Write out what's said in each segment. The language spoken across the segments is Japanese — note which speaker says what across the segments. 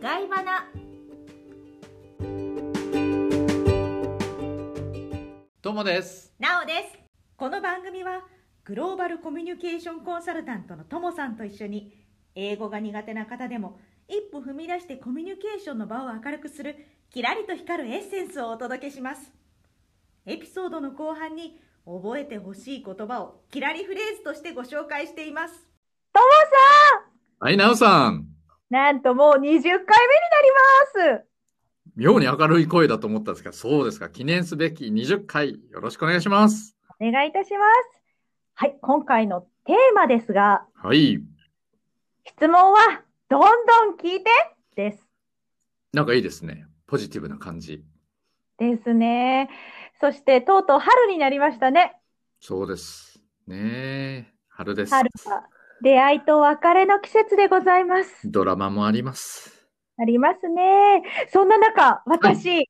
Speaker 1: ガイバナ
Speaker 2: どうもです。
Speaker 1: なおですこの番組はグローバルコミュニケーションコンサルタントのともさんと一緒に英語が苦手な方でも一歩踏み出してコミュニケーションの場を明るくするキラリと光るエッセンスをお届けしますエピソードの後半に覚えてほしい言葉をキラリフレーズとしてご紹介しています
Speaker 2: はい、なおさん。
Speaker 3: なんともう20回目になります。
Speaker 2: 妙に明るい声だと思ったんですが、そうですか。記念すべき20回、よろしくお願いします。
Speaker 3: お願いいたします。はい、今回のテーマですが、
Speaker 2: はい。
Speaker 3: 質問はどんどん聞いてです。
Speaker 2: なんかいいですね。ポジティブな感じ。
Speaker 3: ですね。そしてとうとう春になりましたね。
Speaker 2: そうです。ねえ。春です。
Speaker 3: 春は出会いと別れの季節でございます。
Speaker 2: ドラマもあります。
Speaker 3: ありますね。そんな中、私、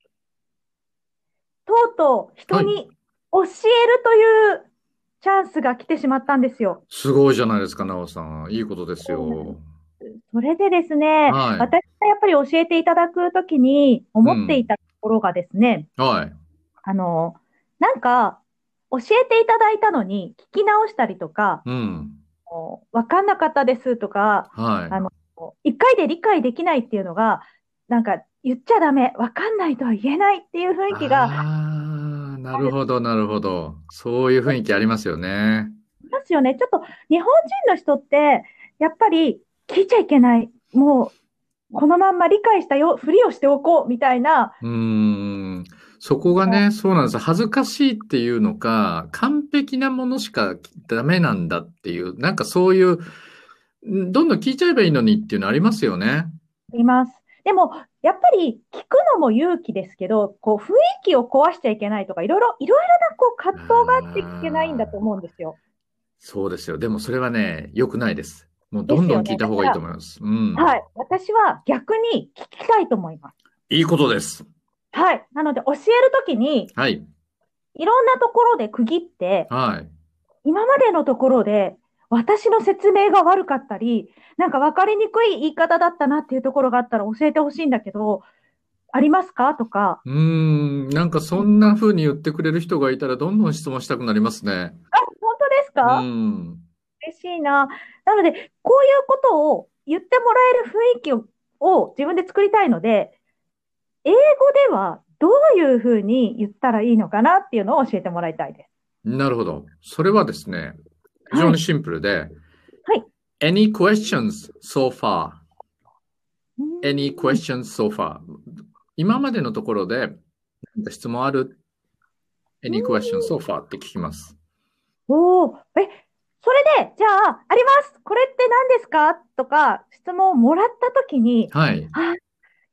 Speaker 3: とうとう人に教えるというチャンスが来てしまったんですよ。
Speaker 2: すごいじゃないですか、なおさん。いいことですよ。
Speaker 3: それでですね、
Speaker 2: はい
Speaker 3: 私がやっぱり教えていただくときに思っていたところがですね、
Speaker 2: はい。
Speaker 3: あの、なんか、教えていただいたのに聞き直したりとか、
Speaker 2: うん。
Speaker 3: もうわかんなかったですとか、あ
Speaker 2: は
Speaker 3: の一回で理解できないっていうのが、なんか言っちゃダメ、わかんないとは言えないっていう
Speaker 2: い。
Speaker 3: 雰囲気があ
Speaker 2: ああ、なるほど、なるほど。そういう雰囲気ありますよね。
Speaker 3: りますよね。ちょっと日本人の人って、やっぱり聞いちゃいけない。もう、このまんま理解したよ、ふりをしておこうみたいな、
Speaker 2: うーん。そこがね、そうなんです。恥ずかしいっていうのか、完璧なものしかダメなんだっていう、なんかそういう、んどんどん聞いちゃえばいいのにっていうのありますよね。
Speaker 3: います。でも、やっぱり聞くのも勇気ですけど、こう雰囲気を壊しちゃいけないとか、いろいろ、いろいろなこう葛藤があって聞けないんだと思うんですよ。
Speaker 2: そうですよ。でもそれはね、良くないです。もうどんどん聞いた方がいいと思います。うん。
Speaker 3: はい。私は逆に聞きたいと思います。
Speaker 2: いいことです。
Speaker 3: はい。なので、教えるときに、
Speaker 2: はい。
Speaker 3: いろんなところで区切って、
Speaker 2: はい。
Speaker 3: 今までのところで、私の説明が悪かったり、なんか分かりにくい言い方だったなっていうところがあったら教えてほしいんだけど、ありますかとか、
Speaker 2: うーん。なんかそんな風に言ってくれる人がいたらどんどん質問したくなりますね。
Speaker 3: あ、本当です
Speaker 2: う
Speaker 3: か
Speaker 2: ん。
Speaker 3: 嬉しいな。なので、こういうことを言ってもらえる雰囲気をを自分で作りたいので、英語ではどういうふうに言ったらいいのかなっていうのを教えてもらいたいです。
Speaker 2: なるほど。それはですね、非常にシンプルで、
Speaker 3: はい
Speaker 2: Any questions so far?
Speaker 3: うん
Speaker 2: Any questions so far? 今までのところで、何か質問ある ?Any questions so far? って聞きます。
Speaker 3: おーえ、それで、じゃあ、ありますこれって何ですかとか、質問をもらったときに、
Speaker 2: はい。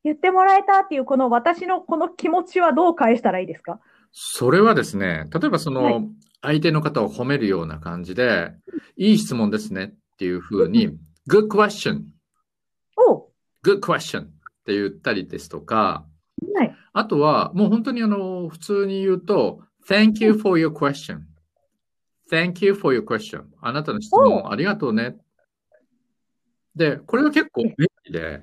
Speaker 3: 言ってもらえたっていう、この私のこの気持ちはどう返したらいいですか
Speaker 2: それはですね、例えばそ
Speaker 3: は
Speaker 2: の、相手の方を褒めるような感じで、いい質問ですねっていうふうに、Good question!
Speaker 3: おー
Speaker 2: Good question! って言ったりですとか、
Speaker 3: はい。
Speaker 2: あとは、もう本当にあの、普通に言うと、Thank you for your question. Thank you for your question. あなたの質問ありがとうね。で、これが結構便利で、
Speaker 3: はい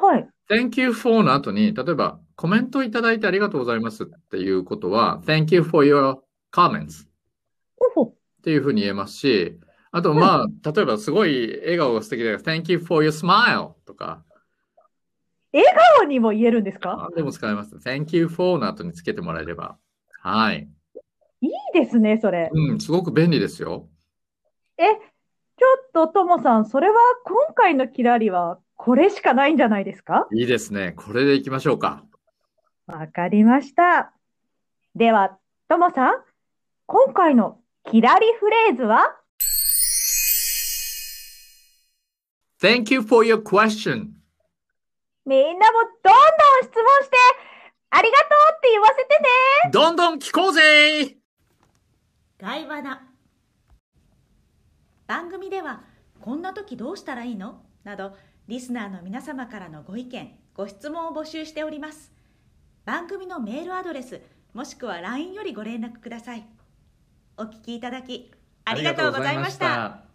Speaker 3: はい。
Speaker 2: Thank you for の後に、例えばコメントいただいてありがとうございますっていうことは、Thank you for your comments っ
Speaker 3: おー
Speaker 2: ていうふうに言えますし、あと、まあ、例えばすごい笑顔が素敵で、Thank you for your smile とか、
Speaker 3: 今日にも言えるんですか
Speaker 2: でも使えます。Thank you for の後につけてもらえれば。はい。
Speaker 3: いいですね、それ。
Speaker 2: うん、すごく便利ですよ。
Speaker 3: え、ちょっとともさん、それは今回のキラリはこれしかないんじゃないですか
Speaker 2: いいですね。これでいきましょうか。
Speaker 3: わかりました。では、ともさん、今回のキラリフレーズは
Speaker 2: Thank you for your question.
Speaker 3: みんなもどんどん質問して、ありがとうって言わせてね。
Speaker 2: どんどん聞こうぜ
Speaker 1: ガイバナ番組ではこんな時どうしたらいいのなどリスナーの皆様からのご意見ご質問を募集しております番組のメールアドレスもしくは LINE よりご連絡くださいお聞きいただきありがとうございました
Speaker 2: ありがとうございました。